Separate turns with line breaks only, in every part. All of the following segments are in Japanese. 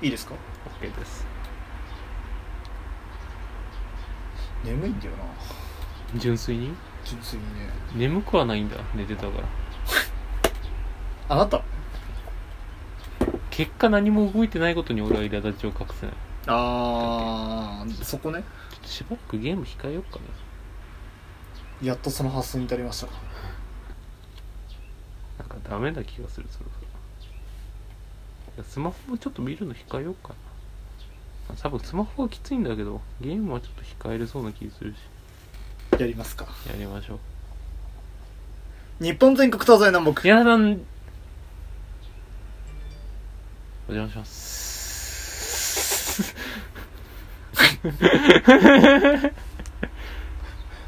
いいですか
OK です
眠いんだよな
純粋に
純粋にね
眠くはないんだ寝てたから
あなた
結果何も動いてないことに俺は苛立ちを隠せない
あーそこね
ちょっとしばらくゲーム控えようかな
やっとその発想に至りましたか
なんかダメな気がするそろそろいやスマホもちょっと見るの控えようかな多分スマホはきついんだけどゲームはちょっと控えれそうな気するし
やりますか
やりましょう
日本全国東西南北
皆さんお邪魔します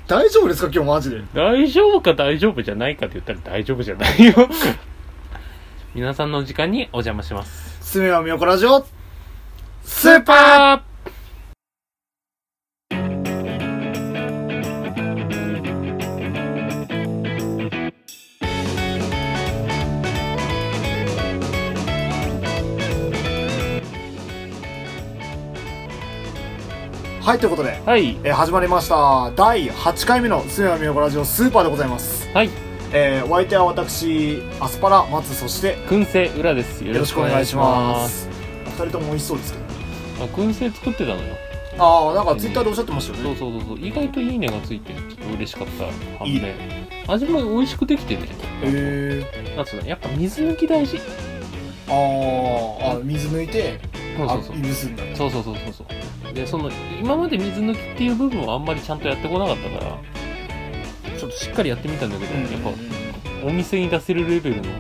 大丈夫ですか今日マジで
大丈夫か大丈夫じゃないかって言ったら大丈夫じゃないよ皆さんの時間にお邪魔します
すみまみよこラジオスーパー
パ
はいということで、
ーはい
えー始まりました第8回目のすみまみよこラジオスーパーでございます
はい
えー、お相手は私アスパラ松そして
燻製裏ですよ
よろしくお願いしますお二人とも美味しそうですけど
あ燻製作ってたのよ
ああなんかツイッターでおっしゃってましたよ
そ
ね
うそうそうそう意外といいねがついてちょっと嬉しかった反面
いい
味も美味しくできてね
へえ
なんつうのやっぱ水抜き大事そう
あーあ水抜いて
そう
あ
そう
いぶすんだ
そうそうそうそうそうでその今まで水抜きっていう部分はあんまりちゃんとやってこなかったからちょっとしっかりやってみたんだけど、やっぱお店に出せるレベルの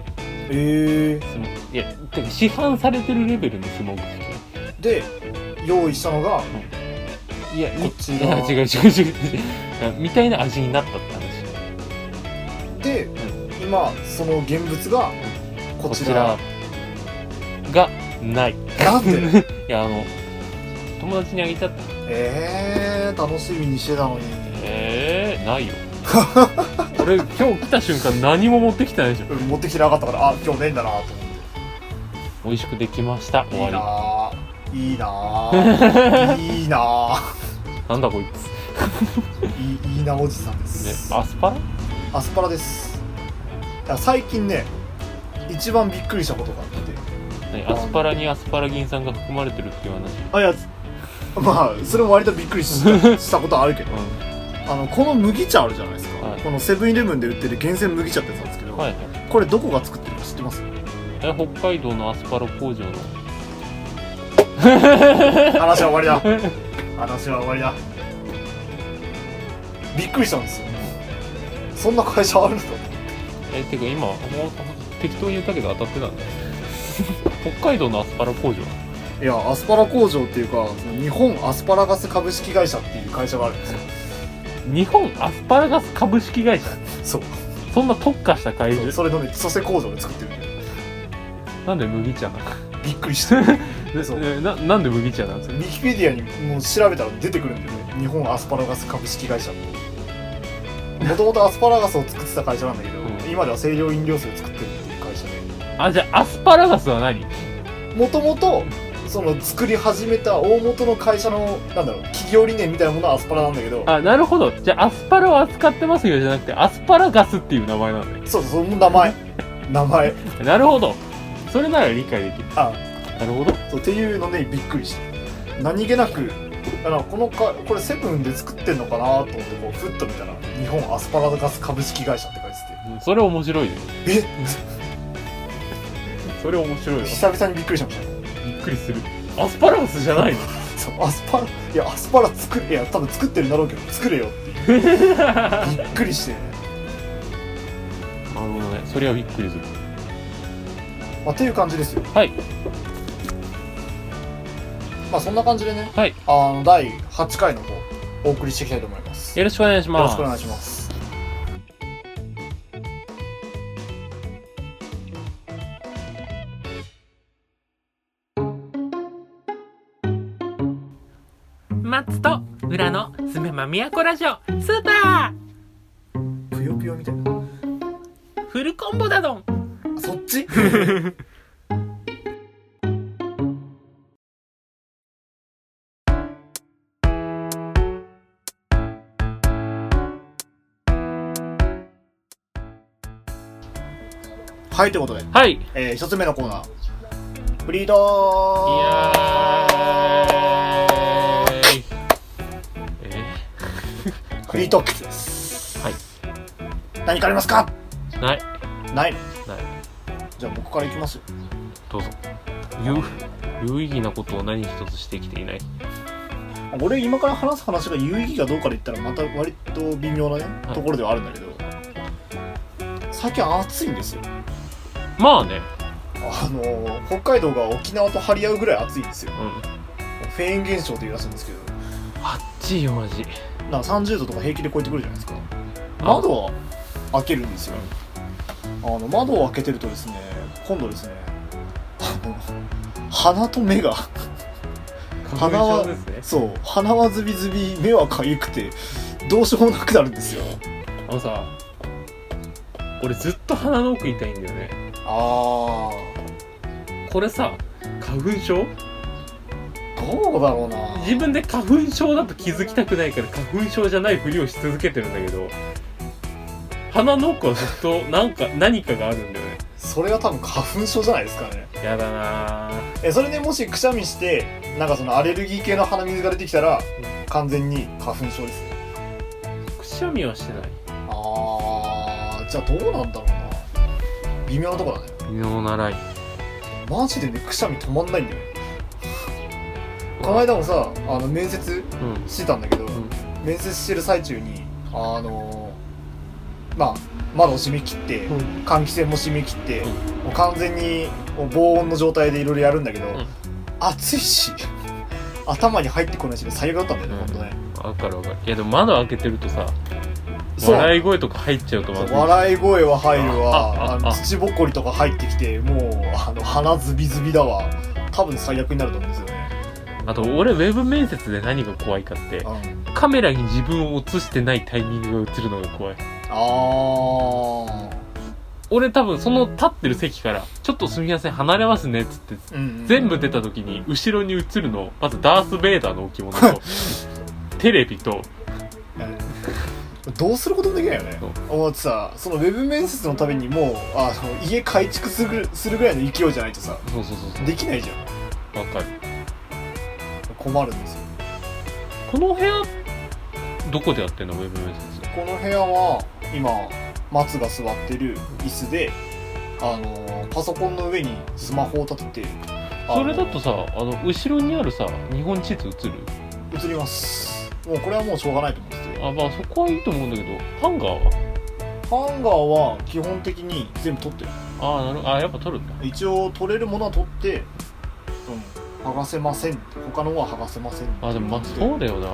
え
スモークいやてか市販されてるレベルのスモーク好
ー、で用意したのが
きいや
こっち
い
が
や違う違う違う みたいな味になったって話
で今その現物がこちら
がない
なんで
いやあの友達にあげちゃった
えー、楽しみにしてたのに
え ー、ないよ俺今日来た瞬間何も持ってきてないでしょ
うん持ってきてなかったからあ今日ねえんだなと思って
美味しくできました終
いい
わ
なぁいいなぁいいなぁ
りなんだこいつ
いいいなおじさんです、
ねアスパラ
アスパラですいや最近ね一番びっくりしたことがあって
何アスパラにアスパラギン酸が含まれてるっていう話
あいやまあそれも割とびっくりしたしたことあるけ ど
う
あのこの麦茶あるじゃないですか、
はい
このセブンイレブンで売ってる厳選麦茶ってやつなんですけど、
んはいはい
これどこが作ってるか知ってます
え北海道のアスパラ工場の
話は終わりだ話は終わりだびっくりしたんですよそんな会社あるの
えてか今もう適当に言ったけど当たってたんだよ 北海道のアスパラ工場
いやアスパラ工場っていうかその日本アスパラガス株式会社っていう会社があるんですよ
日本アスパラガス株式会社
そう
そんな特化した会
そう
社
それのね蘇生工場で作ってるんで
なんで麦茶なの
びっくりしてウそう
えななんで麦茶なんですか
ィキペディアにもう調べたら出てくるんだよね日本アスパラガス株式会社もともとアスパラガスを作ってた会社なんだけど、
うん
今では清涼飲料水を作ってるっていう会社で
あじゃあアスパラガスは何
もともとその作り始めた大元の会社のなんだろう企業理念みたいなものはアスパラなんだけど
あなるほどじゃあアスパラを扱ってますよじゃなくてアスパラガスっていう名前なんだね
そうそうその名前 名前
なるほどそれなら理解できる
あ
なるほど
そうっていうのでびっくりした何気なくあのこのかこれセブンで作ってんのかなと思ってこうふっと見たら「日本アスパラガス株式会社」って書い
うんそれ面白いね
てて
それ面白い
え
わ
久々にびっくりしました
びっくりするアスパラガスじゃないの
そうアスパラいやアスパラ作れいや多分作ってるんだろうけど作れよっていうびっくりして、
なるほどねそれはびっくりする
まあ、っていう感じですよ
はい
まあそんな感じでね
はい
あの第8回の方お送りしていきたいと思いますよ
よろしくお願いし
ろ
ま
し
す
くお願いします
松と裏のすめまみやこラジオスーパ
ぷよぷよみたいな
ーフルコン ボだどん
そっちはいということで、
はいイ
えー、一つ目のコーナーフリードー
エーイえ
フリートークです
はい
何かありますか
ー、ない
ないの
ない
じゃあ僕からいきますよ
どうぞ有有意義なことを何一つしてきていない
俺今から話す話が有意義かどうかで言ったらまた割と微妙なね、
はい
ところではあるんだけど最近暑いんですよ
まあね
あのー北海道が沖縄と張り合うぐらい暑いんですよ
うん
フェーン現象というらしいんですけど
あっちいよマジ
なんか30度とか平気で超えてくるじゃないですか
あ
窓は開けるんですよ、あの窓を開けてるとですね今度ですねあの鼻と目が
花
花は
粉症ですね
そう鼻はズビズビ目はかゆくてどうしようもなくなるんですよ
あのさ俺ずっと鼻の奥痛いんだよね
あ
これさ花粉症
ーどうだろうな
自分で花粉症だと気づきたくないから花粉症じゃないふりをし続けてるんだけど鼻の奥はずっとなん か何かがあるんだよね
それが多分花粉症じゃないですかね
やだなぁ
えそれでもしくしゃみしてなんかそのアレルギー系の鼻水が出てきたら完全に花粉症ですね
くしゃみはしてない
あーじゃあどうなんだろうな微妙なとこだね
微妙なライン
マジでねくしゃみ止まんないんだよこの間もさあの面接
うんうん
してたんだけど、面接してる最中にあのーまあ窓を閉め切って、
うん
換気扇も閉め切って、
うん
もう完全にもう防音の状態でいろいろやるんだけど、
ん
暑いし 頭に入ってこないし最悪だったんだよね、
う
ほ
ん
んとね
わかるわかるいやでも窓開けてるとさ
そう
笑い声とか入っちゃうとまずい
笑い声は入る
ああ
わ
あ
あの土ぼっこりとか入ってきてもうあの鼻ズビズビだわ多分最悪になると思うんですよね、
あと俺ウェブ面接で何が怖いかって
うん
カメラに自分を映してないタイミングが映るのが怖い
あ
俺多分その立ってる席からちょっとすみません離れますねっつって
ー、うんうん
全部出た時に後ろに映るのまずダース・ベイダーの置物とテレビと
どうすることもできないよね
そう
思ってさそのウェブ面接のためにもうあの家改築するするぐらいの勢いじゃないとさ
そうそうそうそ
できないじゃ
うわかる
ん困るんですよ
この部屋どこでやってんのウェブ面接
この部屋は今松が座ってる椅子であのパソコンの上にスマホを立ててあの
それだとさあの後ろにあるさ日本地図映る
映りますもうこれはもうしょうがないと思ってて
あまあそこはいいと思うんだけどハンガーは
ハンガーは基本的に全部取ってる
ああなるほどあやっぱ撮るんだ
一応取れるものは取って、うん、剥がせません他のは剥がせません
あでもまあそうだよな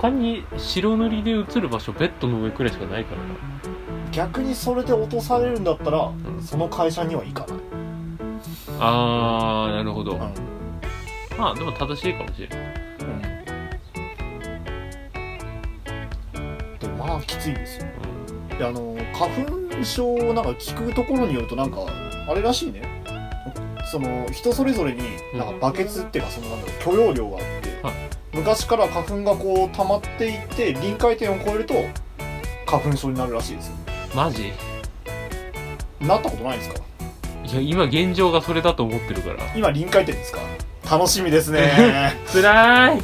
他に白塗りで映る場所ベッドの上くらいしかないからな
逆にそれで落とされるんだったら、
ん
その会社には行かない、
あーなるほど
うん
まあでも正しいかもしれない
でもまあきついんですよ
うん
であの花粉症をなんか聞くところによるとなんかあれらしいねその人それぞれになんかバケツっていうかそのなんだろう許容量があって、
はい
昔から花粉がこう溜まっていって臨界点を超えると花粉症になるらしいですよ
マジ
なったことないですか
いや今現状がそれだと思ってるから
今臨界点ですか楽しみです ね
つらーい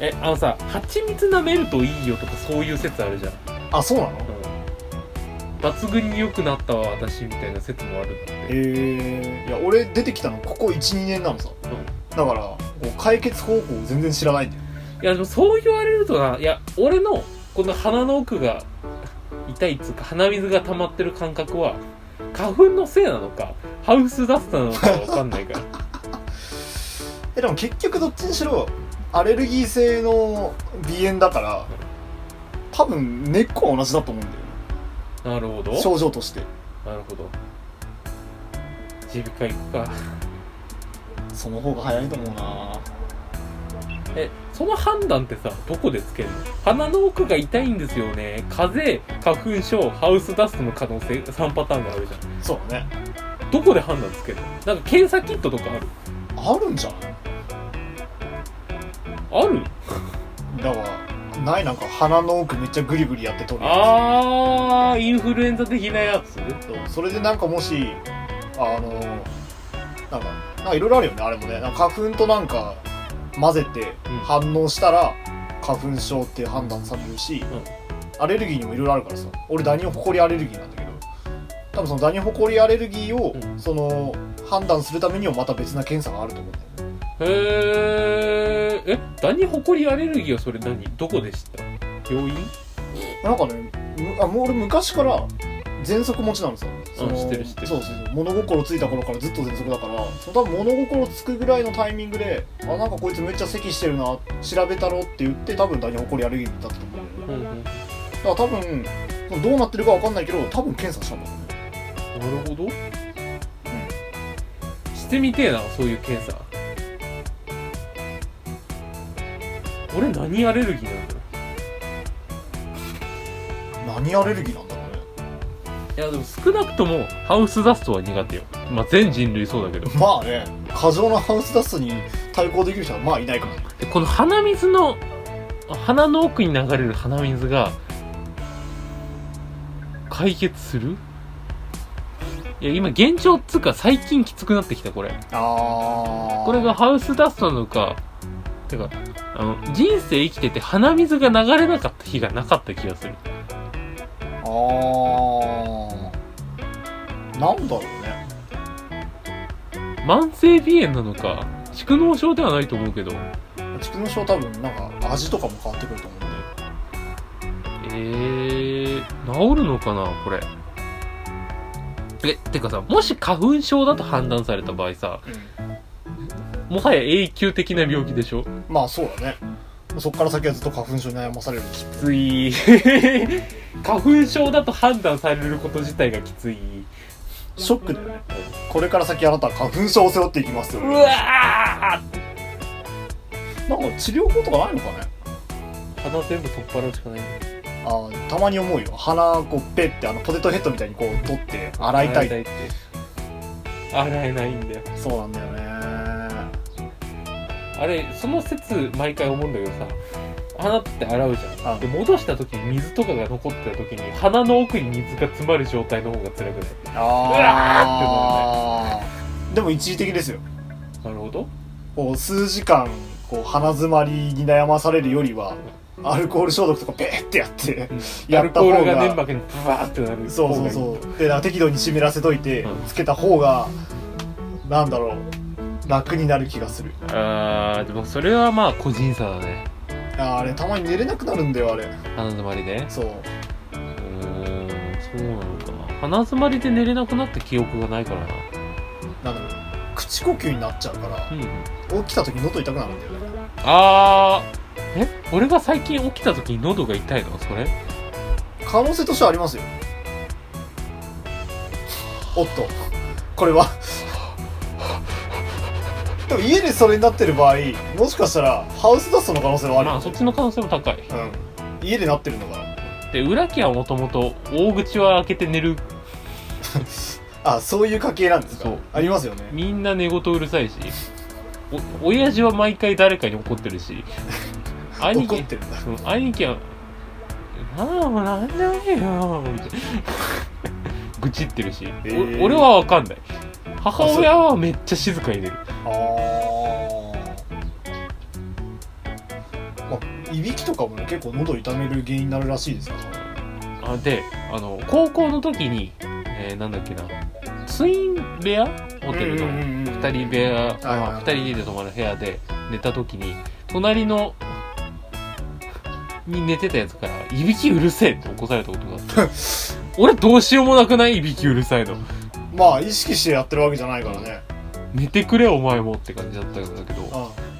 えあのさ蜂蜜舐めるといいよとかそういう説あるじゃん、
あそうなの
抜群に良くなったわ私みたいな説もあるんだって
えー、いや俺出てきたのここ12年なのさ、
う
だからこう解決方法を全然知らないんだよ
いやでもそう言われるとないや俺のこの鼻の奥が痛いっつうか鼻水が溜まってる感覚は花粉のせいなのかハウスダストなのかわかんないから
えでも結局どっちにしろアレルギー性の鼻炎だから多分根っこは同じだと思うんだよ
なるほど
ね症状として
なるほど耳鼻科行くか
その方が早いと思うな
えその判断ってさどこでつけるの鼻の奥が痛いんですよね風邪花粉症ハウスダストの可能性3パターンがあるじゃ
そうだね
んどこで判断つけるのなんか検査キットとかある
あるんじゃない
ある
だからないなんか鼻の奥めっちゃグリグリやって取るや
あーインフルエンザ的なやつ
つそうそれでなんかもしあのなんかなんかいろいろあるよねあれもねなんか花粉となんか混ぜて
うん
反応したら花粉症って判断されるし、アレルギーにもいろいろあるからさ俺ダニホコリアレルギーなんだけど多分そのダニホコリアレルギーを、
うん
その判断するためにもまた別な検査があると思うんだよね
へええダニホコリアレルギーはそれ何どこでした病院
なんかねむあもう俺昔から喘息持ちなのさその
知ってる知ってる
そうそうそう物心ついた頃からずっと喘息だからその多分物心つくぐらいのタイミングであなんかこいつめっちゃ咳してるな調べたろって言って多分ダニホコリアレルギーだったと思うんだよね
うんうんなる
だから多分そのどうなってるかわかんないけど多分検査したんだと思う
ほどしてみてえなそういう検査俺何アレルギーなんだろ
何アレルギーなんだろうね
ういやでも少なくともハウスダストは苦手よまあ全人類そうだけど
まあね過剰なハウスダストに対抗できる人はまあいないからね
でこの鼻水の鼻の奥に流れる鼻水が解決するいや今現状っつうか最近きつくなってきたこれ
あー
これがハウスダストなのかてかあの人生生きてて鼻水が流れなかった日がなかった気がする
あーなんだろうね
慢性鼻炎なのか蓄膿症ではないと思うけど
蓄膿症多分なんか味とかも変わってくると思うんで
えー、治るのかなこれえてかさもし花粉症だと判断された場合さもはや永久的な病気でしょ
まあそうだねそっから先はずっと花粉症に悩まされるし
きつい花粉症だと判断されること自体がきつい
ショックだよねこれから先あなたは花粉症を背負っていきますよ
う
なんか
わー
治療法とかないのかね
鼻全部取っ払うしかない
あーたまに思うよ鼻こうペッてあのポテトヘッドみたいにこう取って洗いたい
洗い洗えないんだよ
そうなんだよね
あれその説毎回思うんだけどさ鼻って洗うじゃ
あ
んで戻した時に水とかが残ってた時に鼻の奥に水が詰まる状態の方が辛くない
ああでも一時的ですよ
なるほど
こう数時間こう鼻詰まりに悩まされるよりはアルコール消毒とかペーってやって
ア
や
ル
った
コ
方
ー
が
ルが粘膜にブワーってなる
そうそう
う
そうでなんか適度に湿らせといて
うん
つけた方がなんだろう楽になる気がする
あーでもそれはまあ個人差だね
あーあれたまに寝れなくなるんだよあれ
鼻詰まりね
そう
うーんそうなのかな鼻詰まりで寝れなくなった記憶がないからな
なんだろう口呼吸になっちゃうから
うん
起きた時喉痛くなるんだよね
あーえ俺が最近起きた時に喉が痛いのそれ
可能性としてはありますよおっとこれはでも家でそれになってる場合もしかしたらハウスダストの可能性もある
まあそっちの可能性も高い
うん、家でなってるのかな
で裏木はもともと大口は開けて寝る
あそういう家系なんですか
そう
ありますよね
みんな寝言うるさいしお親父は毎回誰かに怒って るし兄
怒
貴
ってるんだ
うん兄貴は「ママもうなんでもいいよ」み たいな愚痴ってるし、お
ー
俺はわかんない母親はめっちゃ静かに寝る
あーまあいびきとかもね結構喉痛める原因になるらしいですよ
あであの高校の時に、えーなんだっけなツイン部屋ホテルの、
2
2人部屋、
はいはい
あ2人で泊まる部屋で寝た時に隣のに寝てたやつから「いびきうるせえ」って起こされたことがあって 俺どうしようもなくないいびきうるさいの
まあ意識してやってるわけじゃないからね
寝てくれお前もって感じだったんだけど
うん
い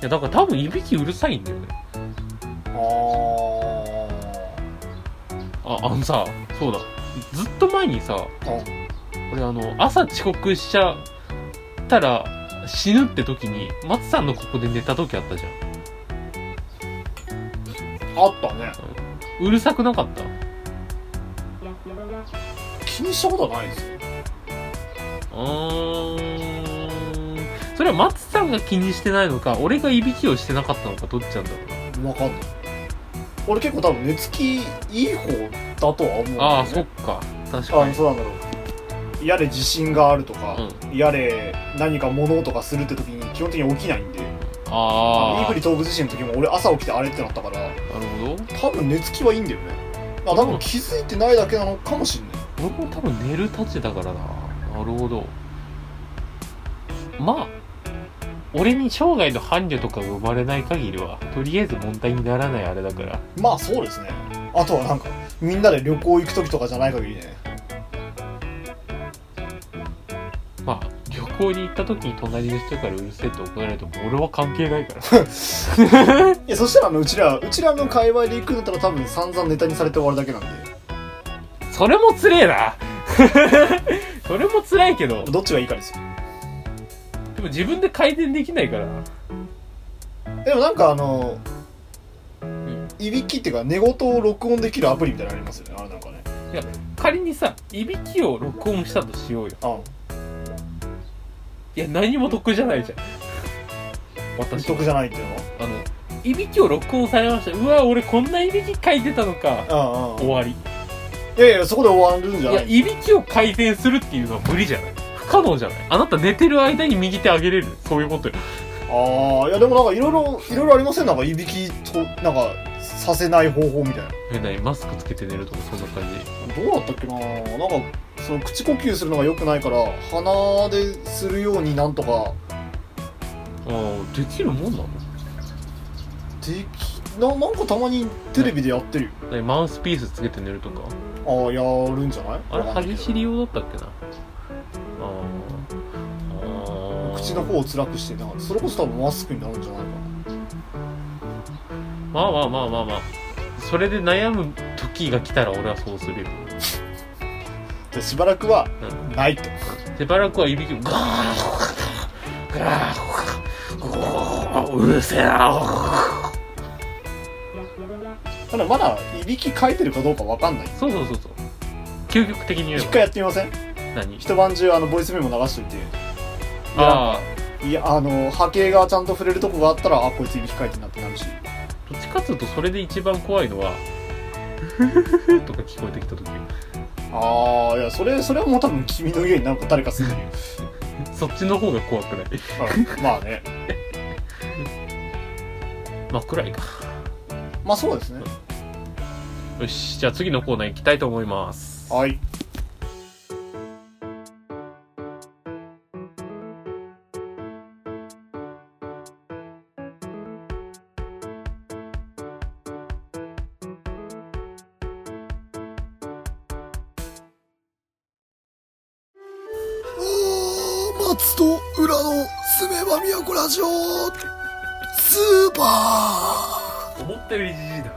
やだから多分いびきうるさいんだよね
あ
ああのさそうだずっと前にさ俺あの朝遅刻しちゃったら死ぬって時に松さんのここで寝た時あったじゃん
あったね
うるさくなかった
気にしたことはないですよ
うーんそれは松さんが気にしてないのか俺がいびきをしてなかったのかどっちなんだろ
分かんない俺結構多分寝つきいい方だとは思うんだよ
う
ね
なああそっか確
あ
かに
そうなんだろうやれ地震があるとか、
う
やれ何か物音がするって時に基本的に起きないんで
あ
イー
あ
ブリ東部地震の時も俺朝起きてあれってなったから
なるほど
多分寝つきはいいんだよねあ多分気づいてないだけなのかもしんない
俺も多分寝るたちだからななるほどまあ俺に生涯の伴侶とかが生まれない限りはとりあえず問題にならないあれだから
まあそうですねあとはなんかみんなで旅行行く時とかじゃない限りね
まあ旅行に行った時に隣の人からうるせえって怒られても俺は関係ないから
いやそしたらあのうちらうちらの界隈で行くんだったら多分散々ネタにされて終わるだけなんで
それもつれえな それもつらいけど
どっちがいいかですよ
でも自分で回転できないからな
でもなんかあの、
ん
いびきっていうか寝言を録音できるアプリみたいなのありますよねあれなんかね
仮にさいびきを録音したとしようよ
あ
いや何も得じゃないじゃん私
得じゃないっていうの
あのいびきを録音されましたうわ俺こんないびき書いてたのか
ああ
終わり
いやいやそこで終わるんじゃ
い
な
や
い
いびきを回転するっていうのは無理じゃない不可能じゃないあなた寝てる間に右手上げれるそういうことよ
ああいやでもなんかいろいろいろいろありませんなんかいびきとなんかさせない方法みたいな
えなにマスクつけて寝るとかそんな感
どうだったっけななんかその口呼吸するのが良くないから鼻でするようになんとか
じああできるもんなの
できななんかたまにテレビでやってるよ
なにマウスピースつけて寝るとか
ああやるんじゃないわか
あ
ん
れ
ない
激
けど
しり用だったっけなあーあー
口の方を辛くしてなんかそれこそ多分マスクになるんじゃないかな
まあまあまあまあまあそれで悩む時が来たら俺はそうするよ
じゃあしばらくは
う
ないと
しばらくはいびきをガーッガーッガーッうるせえな
ただまだいびきかいてるかどうかわかんない
そうそうそうそう究極的に言え
一
ば
回やってみません
何
一晩中あのボイスメモ流しとい
ああ
ていやあの波形がちゃんと触れるとこがあったらあこいついびきかいてんなってなるし
どっちかっていうとそれで一番怖いのはフフフフとか聞こえてきた時
ああいやそれそれはもう多分君の家になんか誰か住んでるよ
そっちの方が怖くない
うんまあね
まあ暗いか
まあそうですね
よしじゃあ次のコーナー行きたいと思います
はい
松と裏のすめば都ラジオスーパ
思ったよりじじいだ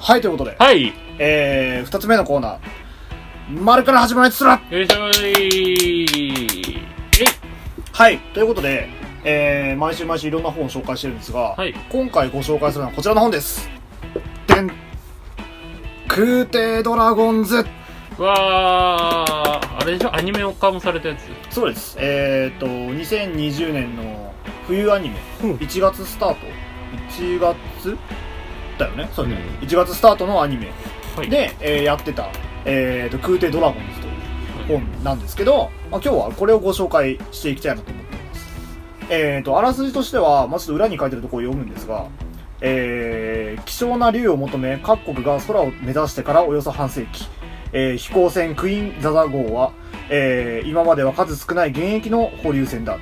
はいということで
はい
えー、二つ目のコーナー「丸から始まるやつら
よいしょい」
はいということで、えー、毎週毎週いろんな本を紹介してるんですが、
はい
今回ご紹介するのはこちらの本ですでん空挺ドラゴンズ
わーあれでしょアニメを化もされたやつ
そうですえっ、と2020年の冬アニメ、
うん
1月スタート1月だよねそうだね、
う
1月スタートのアニメ
はい
で、えーやってた、えー、と空挺ドラゴンズという本なんですけど、まあ、今日はこれをご紹介していきたいなと思っていますえっ、とあらすじとしては、まあ、ちょっと裏に書いてるところを読むんですがえー希少な竜を求め各国が空を目指してからおよそ半世紀、えー飛行船クイーン・ザ・ザ号は、えー今までは数少ない現役の保留船だ、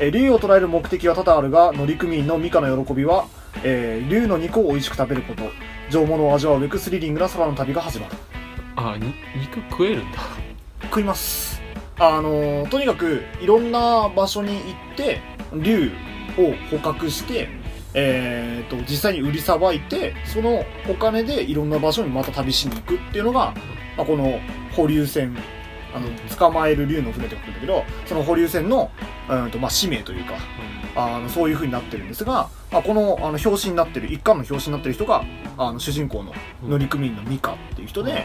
えー竜を捕らえる目的は多々あるが乗組員のミカの喜びは、えー竜の肉を美味しく食べること上物を味わうべくスリリングな空の旅が始まる
あに肉食えるんだ
食いますあのーとにかくいろんな場所に行って竜を捕獲してえー、と実際に売りさばいてそのお金でいろんな場所にまた旅しに行くっていうのが、まあ、この保留船あの捕まえる竜の船って書くんだけどその保留船の、うんとまあ、使命というかあのそういう風になってるんですが、まあ、このあの表紙になってる一巻の表紙になってる人があの主人公の乗組員のミカっていう人で、
うん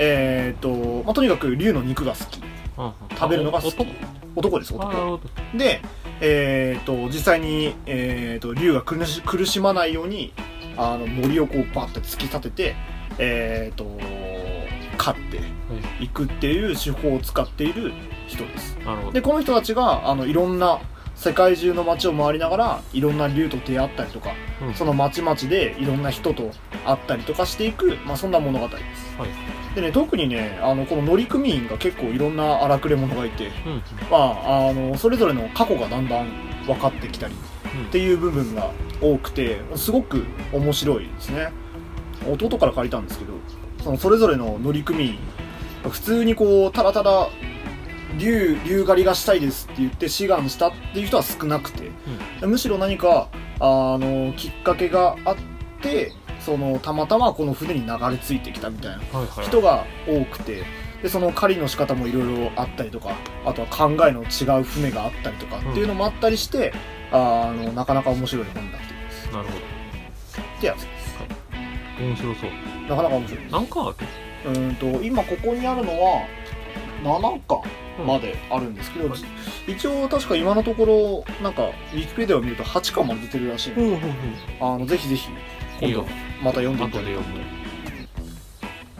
えーっと、まあ、とにかく竜の肉が好き
うん
食べるのが好き
男
男です男
あなるほど
で、えー、と実際に、えー、と竜が苦し苦しまないようにあの森をこうバッと突き立てて、えー、と勝っていくっていう手法を使っている人です
なるほど
でこの人たちがあのいろんな世界中の街を回りながらいろんな竜と出会ったりとか、
うん
その街々でいろんな人と会ったりとかしていく、まあ、そんな物語です、
はい
でね特にねあのこの乗組員が結構いろんな荒くれ者がいて、
うん
まあ、あのそれぞれの過去がだんだん分かってきたりっていう部分が多くてすごく面白いですね弟から借りたんですけどそのそれぞれの乗組員普通にこうただただ竜竜狩りがしたいですって言って志願したっていう人は少なくて、むしろ何かあのきっかけがあってそのたまたまこの船に流れ着いてきたみたいな
はいはい
人が多くてでその狩りの仕方もいろいろあったりとかあとは考えの違う船があったりとかっていうのもあったりして、あーあのなかなか面白い本だっていう
なるほ
ってやつです
ど面白そう
なかなか面白いです
何巻ある
うーんと今ここにあるのは7巻まであるんですけど、
はい
一応確か今のところなんかウィキペディアを見ると8巻まで出てるらしいので、
んうんうん
あのぜひぜひ
いい
今度
よ
また読んで
後
みたい
で読む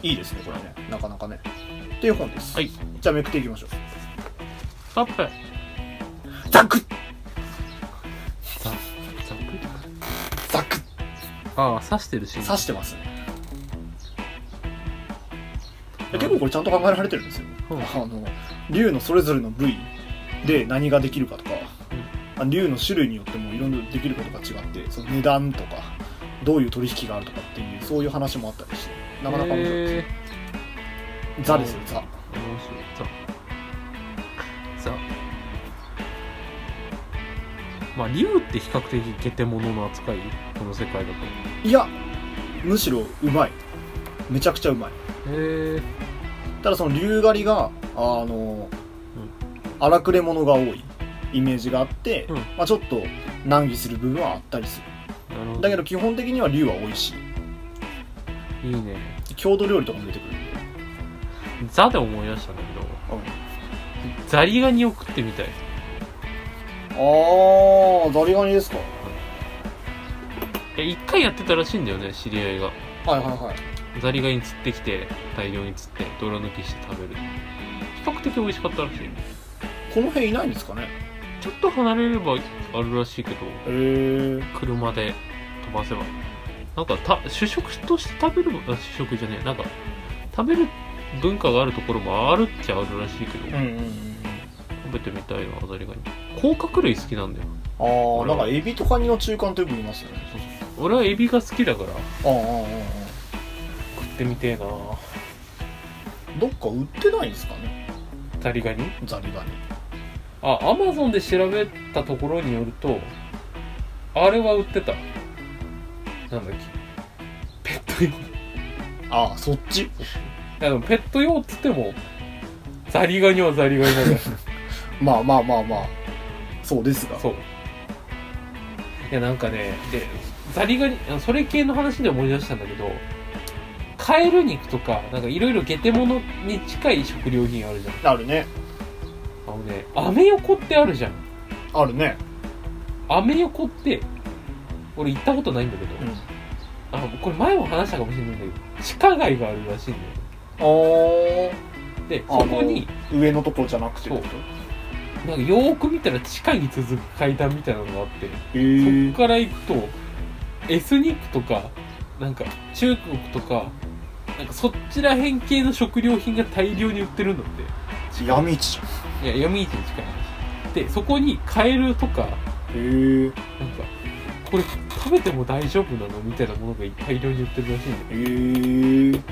いいですねこれねなかなかねっていう本です、
はい
じゃあめくっていきましょう
スタップ
ザクッ
ザザ
ザクッ
クああ刺してるシーン
刺してますね結構これちゃんと考えられてるんですよ、
うん
あの竜のそれぞれの部位で何ができるかとか、あ竜の種類によってもいろいろできることが違ってその値段とかどういう取引があるとかっていうそういう話もあったりしてなかなか面白い
へ
ザですよザ
ー面白いザザまあ竜って比較的ゲテモノの扱いこの世界だと
いやむしろうまいめちゃくちゃうまい
へえ
ただその竜狩りがあの荒くれ者が多いイメージがあって、
うん
まあ、ちょっと難儀する部分はあったりする
なるほど
だけど基本的には竜は美味し
いいね
い郷土料理とかも出てくる
ザで思い出したんだけど、ザリガニを食ってみたい
ああザリガニですか
いや一回やってたらしいんだよね知り合いが
はいはいはい
ザリガニ釣ってきて大量に釣って泥抜きして食べる比較的美味しかったらしい
この辺いないんですかね
ちょっと離れればあるらしいけど
へえ
車で飛ばせばなんかた主食として食べるあ主食じゃねえなんか食べる文化があるところもあるっちゃあるらしいけど、
うんうんうん
食べてみたいなザリガニ甲殻類好きなんだよ
ああなんかエビとカニの中間とよく見ますよね
俺はエビが好きだから
ああ
食
あ
ってみてえな
ああどっか売ってないんですかね
ザリガニ
ザリガニ
あアマゾンで調べたところによるとあれは売ってたなんだっけペット用
ああそっち
あのペット用っつってもザリガニはザリガニなんだよ
まあまあまあまあそうですが
そういやなんかねでザリガニあのそれ系の話で思い出したんだけどカエル肉とかなんかいろいろゲテモノに近い食料品あるじゃん
あるね
あのねアメ横ってあるじゃん
あるね
アメ横って俺行ったことないんだけど、
うん
あのこれ前も話したかもしれないんだけど地下街があるらしいんだよね
あ
で
あの
そこに
あ上のところじゃなくてってこと
なんかよーく見たら地下に続く階段みたいなのがあって
へ
そ
え
こから行くとエスニックとかなんか中国とかなんかそっちら辺系の食料品が大量に売ってるんだって
闇市じ
いや闇市に近い話でそこにカエルとか
ゃんへえ
なんかこれ食べても大丈夫なのみたいなものが大量に売ってるらしいんだ
へ
よ
え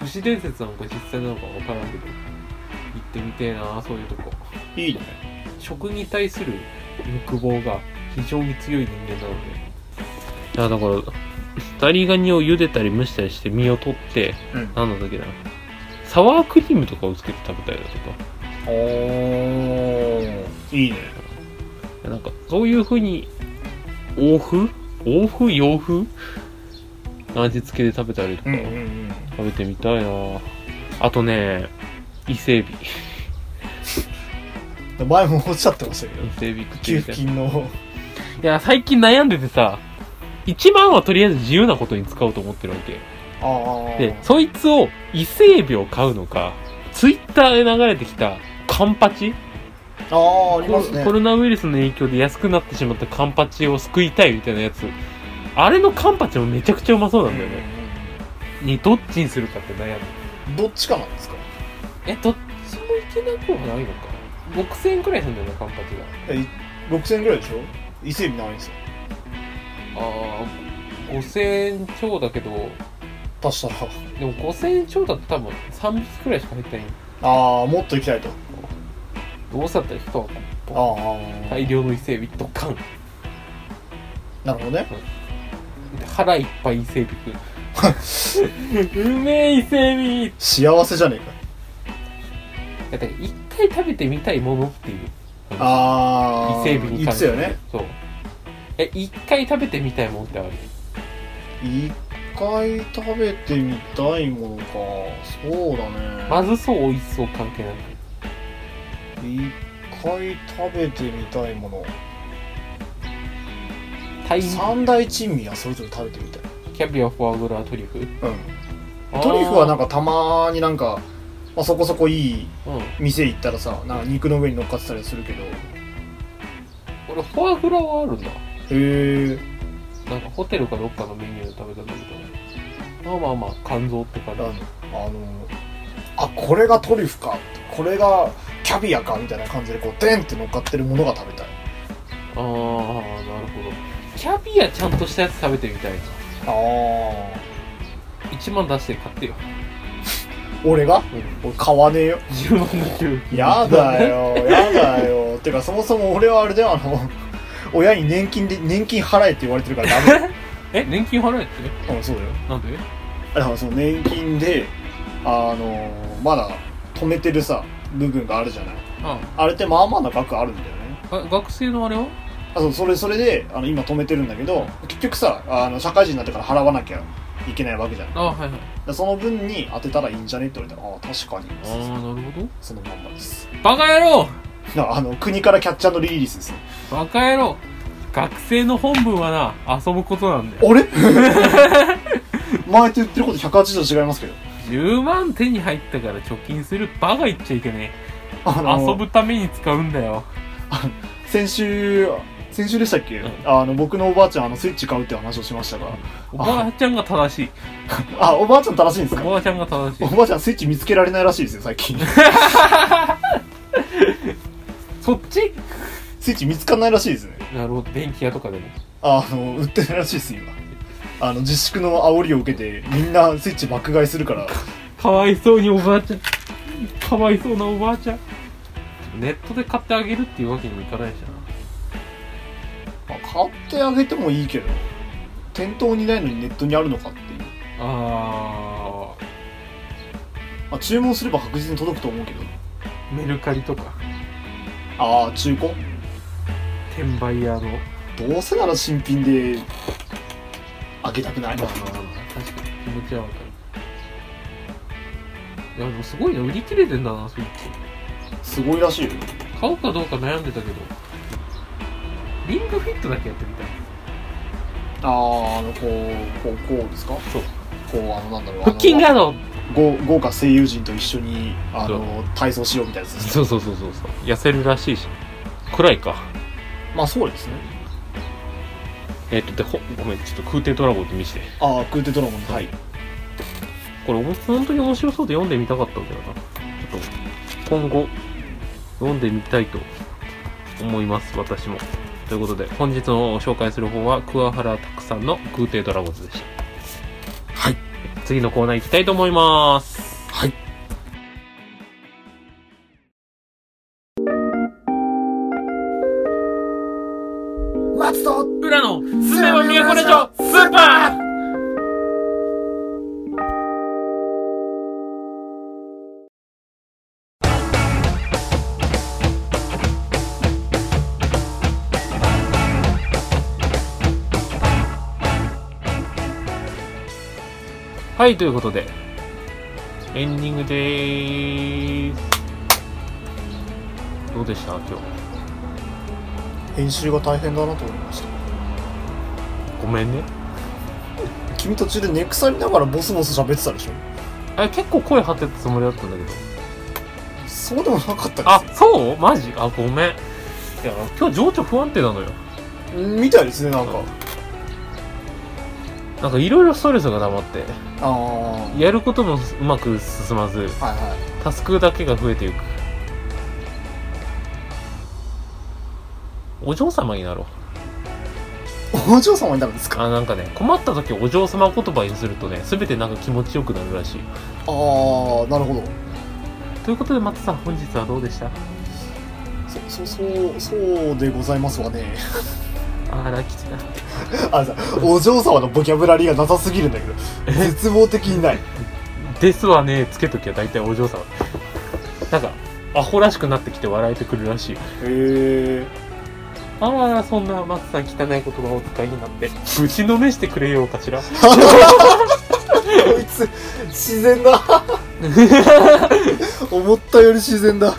都市伝説なのか実際なのかわからんけど行ってみてえなそういうとこ
いいね
食に対する欲望が非常に強い人間なのでいやだからザリガニを茹でたり蒸したりして身を取って
うん
何のだっけだサワークリームとかをつけて食べたりだとか
おーいいね
いやなんかそういう風に欧風欧風洋風の味付けで食べたりとか、
ん
食べてみたいなあとね伊勢海
前もおっしゃってましたけど
性ビクチ
給
ュみた
付
いな。い
金の
や、最近悩んでてさ、一番はとりあえず自由なことに使おうと思ってるわけ。
ああ
で、そいつを伊勢エビを買うのか、ツイッターで流れてきたカンパチ
あああり
コ
ま
ロ
すね
コロナウイルスの影響で安くなってしまったカンパチを救いたいみたいなやつ。あれのカンパチもめちゃくちゃうまそうなんだよね。に、どっちにするかって悩む。
うんどっちかなんですか
え、どっちもいけなくはないのか。6000円くらいするんだよね、カンパチが。
えい6000円ぐらいでしょ伊勢海老ないんですよ
ああ、5000円超だけど、
足したら
でも5000円超だと多分3匹くらいしか入ってない。
ああもっと行きたいと
どうせだったら人は
ああ、
大量の伊勢エビドカン。
なるほどね
腹いっぱい伊勢エビ食う。うめえ伊勢エビ
幸せじゃねえか
だって一回食べてみたいものっていう。
ああ
伊勢エビに関して。
言ってたよね。
そう。え、一回食べてみたいもんってある
一回食べてみたいものかそうだね
まずそう、美味しそう関係なく。
一回食べてみたいもの
タイ
三大珍味はそれぞれ食べてみたい
キャビア、フォアグラ、トリュフ。
うんトリュフはなん
か、
かたまになんか、まあ、そこそこいい
うん。
店行ったらさなんか肉の上に乗っかってたりするけどへ
俺、フォアグラはあるんだ。
え
なんかホテルかどっかのメニューで食べたんだけど。まあまあまあ、肝臓って感
あ
じ
の。あのあこれがトリュフかこれがキャビアかみたいな感じでこうデンって乗っかってるものが食べたい
ああ、なるほど。キャビアちゃんとしたやつ食べてみたいな。
ああ
1万出して買ってよ。
俺が俺買わねえよ
10万だけ。
やだ。 よ、やだよ。てか、そもそも俺はあれだよ、あの、親に年金で、年金払えって言われてるからダ メ。
え、年金払えって
うん、そうだよ。
なんで
だからその年金で、あの、まだ止めてるさ、部分があるじゃない。
あ
あれってまあまあな額あるんだよね。
あ、が学生のあれは
あそうそれ、それで、あの、今止めてるんだけど、結局さ、あの、社会人になってから払わなきゃいけないわけじゃない。だか
あはいはい。
らその分に当てたらいいんじゃねって言われたら、ああ、確かに。
ああ、なるほど。
そのまんまです。
バカ野郎
だからあの、国からキャッチャーのリリースですね。
バカ野郎学生の本分はな、遊ぶことなんだよ。
あれ 前と言ってること180度違いますけど。
10万手に入ったから貯金するバカ言っちゃいけね
あ
え。
の
遊ぶために使うんだよ。
先週、先週でしたっけ、
うん
あの、僕のおばあちゃん、あの、スイッチ買うって話をしましたが。
おばあちゃんが正しい。
あ、おばあちゃん正しいんです
お
か
ばあちゃんが正し
お
い。
ばあちゃん、スイッチ見つけられないらしいですよ、最 近。
そっち
スイッチ見つかんないらしいですね。
なるほど。電気屋とかでも。
あの、売ってないらしいです、今。あの、自粛の煽りを受けて、みんなスイッチ爆買いするから。
かわいそうにおばあちゃん。かわいそうなおばあちゃん。ネットで買ってあげるっていうわけにもいかないじゃん。
まあ買ってあげてもいいけど、店頭にないのにネットにあるのかっていう。
あ
まあ、注文すれば確実に届くと思うけど。
ー、メルカリとか、
ああ、中古
転売屋の。
どうせなら新品であげたくない
まあ
な
まあまあ、確かに気持ちはわかる。いや、でもすごいね。売り切れてんだな、スイッチ。
すごいらしいよ
買おうかどうか悩んでたけど。リングフィットだけやってみたい。
あーあのこうこうこうですか
そう
こうあのなんだろう
腹筋
あ
がの
の豪豪華声優陣と一緒にあ
そ
の体操しようみたいなやつですね
そうそうそうそうそう。痩せるらしいし。暗いか。
まあそうですね
えっ、と、で、ほ、ごめん、ちょっと空挺ドラゴンって見して。
ああクーテドラゴンねはい
これおも本当に面白そうで読んでみたかったんだよな。ちょっと今後読んでみたいと思います、私も。ということで、本日の紹介する方は桑原拓さんの空挺ドラゴンズでした。
はい。
次のコーナー行きたいと思います。
はい。松戸
裏のすめば都ラジオスーパーはい、ということで、エンディングでーす。どうでした今日
編集が大変だなと思いました
ごめんね
君途中で寝腐りながらボスボス喋ってたでしょ
あれ結構声張ってたつもりだったんだけど
そうでもなかった
あ
か
そうマジあごめんいや今日情緒不安定なのよ
みたいですねなんか、
うんなんかいろいろストレスが溜まって
ああ
やることもうまく進まず
はいはい
タスクだけが増えていくお嬢様になろう
お嬢様になるんですかあ
あなんかね困った時お嬢様言葉にするとね全てなんか気持ちよくなるらしい
あーなるほど
ということで松さん本日はどうでした
そそそうそうでございますわね
あらきちだ
あのさお嬢様のボキャブラリーがなさすぎるんだけど絶望的にない
ですわねつけときは大体お嬢様なんかアホらしくなってきて笑えてくるらしい
へえ
あらあらそんな松さん汚い言葉をお使いになって打ちのめしてくれようか しら
こいつ自然だ思ったより自然だ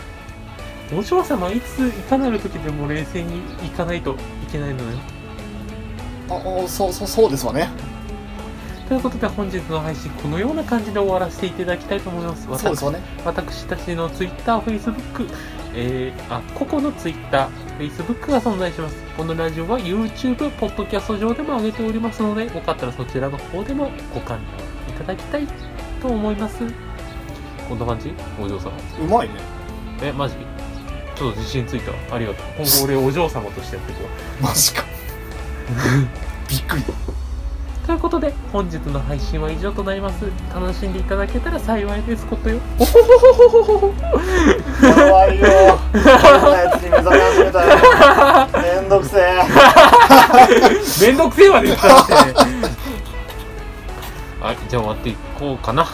お嬢様いついかなる時でも冷静にいかないといけないのよ
ああそうそうそうですわね
ということで本日の配信このような感じで終わらせていただきたいと思います
そうです
私
わね
私たちの TwitterFacebook えー、あ個々の TwitterFacebook が存在しますこのラジオは YouTube ポッドキャスト上でも上げておりますのでよかったらそちらの方でもご観覧いただきたいと思いますこんな感じお嬢様
うまいね
えマジちょっと自信ついたわありがと う今後俺お嬢様としてやっていくわ
マジ かびっくり
ということで本日の配信は以上となります楽しんでいただけたら幸いですことよほほほほほほほ
やばいよこんなやつに目覚め始めたよめんどくせえ
めんどくせえまで 言ったらってはいじゃあ終わっていこうかな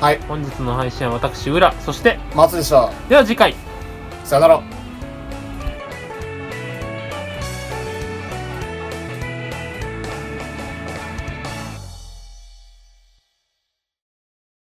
はい
本日の配信は私浦そして
松でした
では次回
さよなら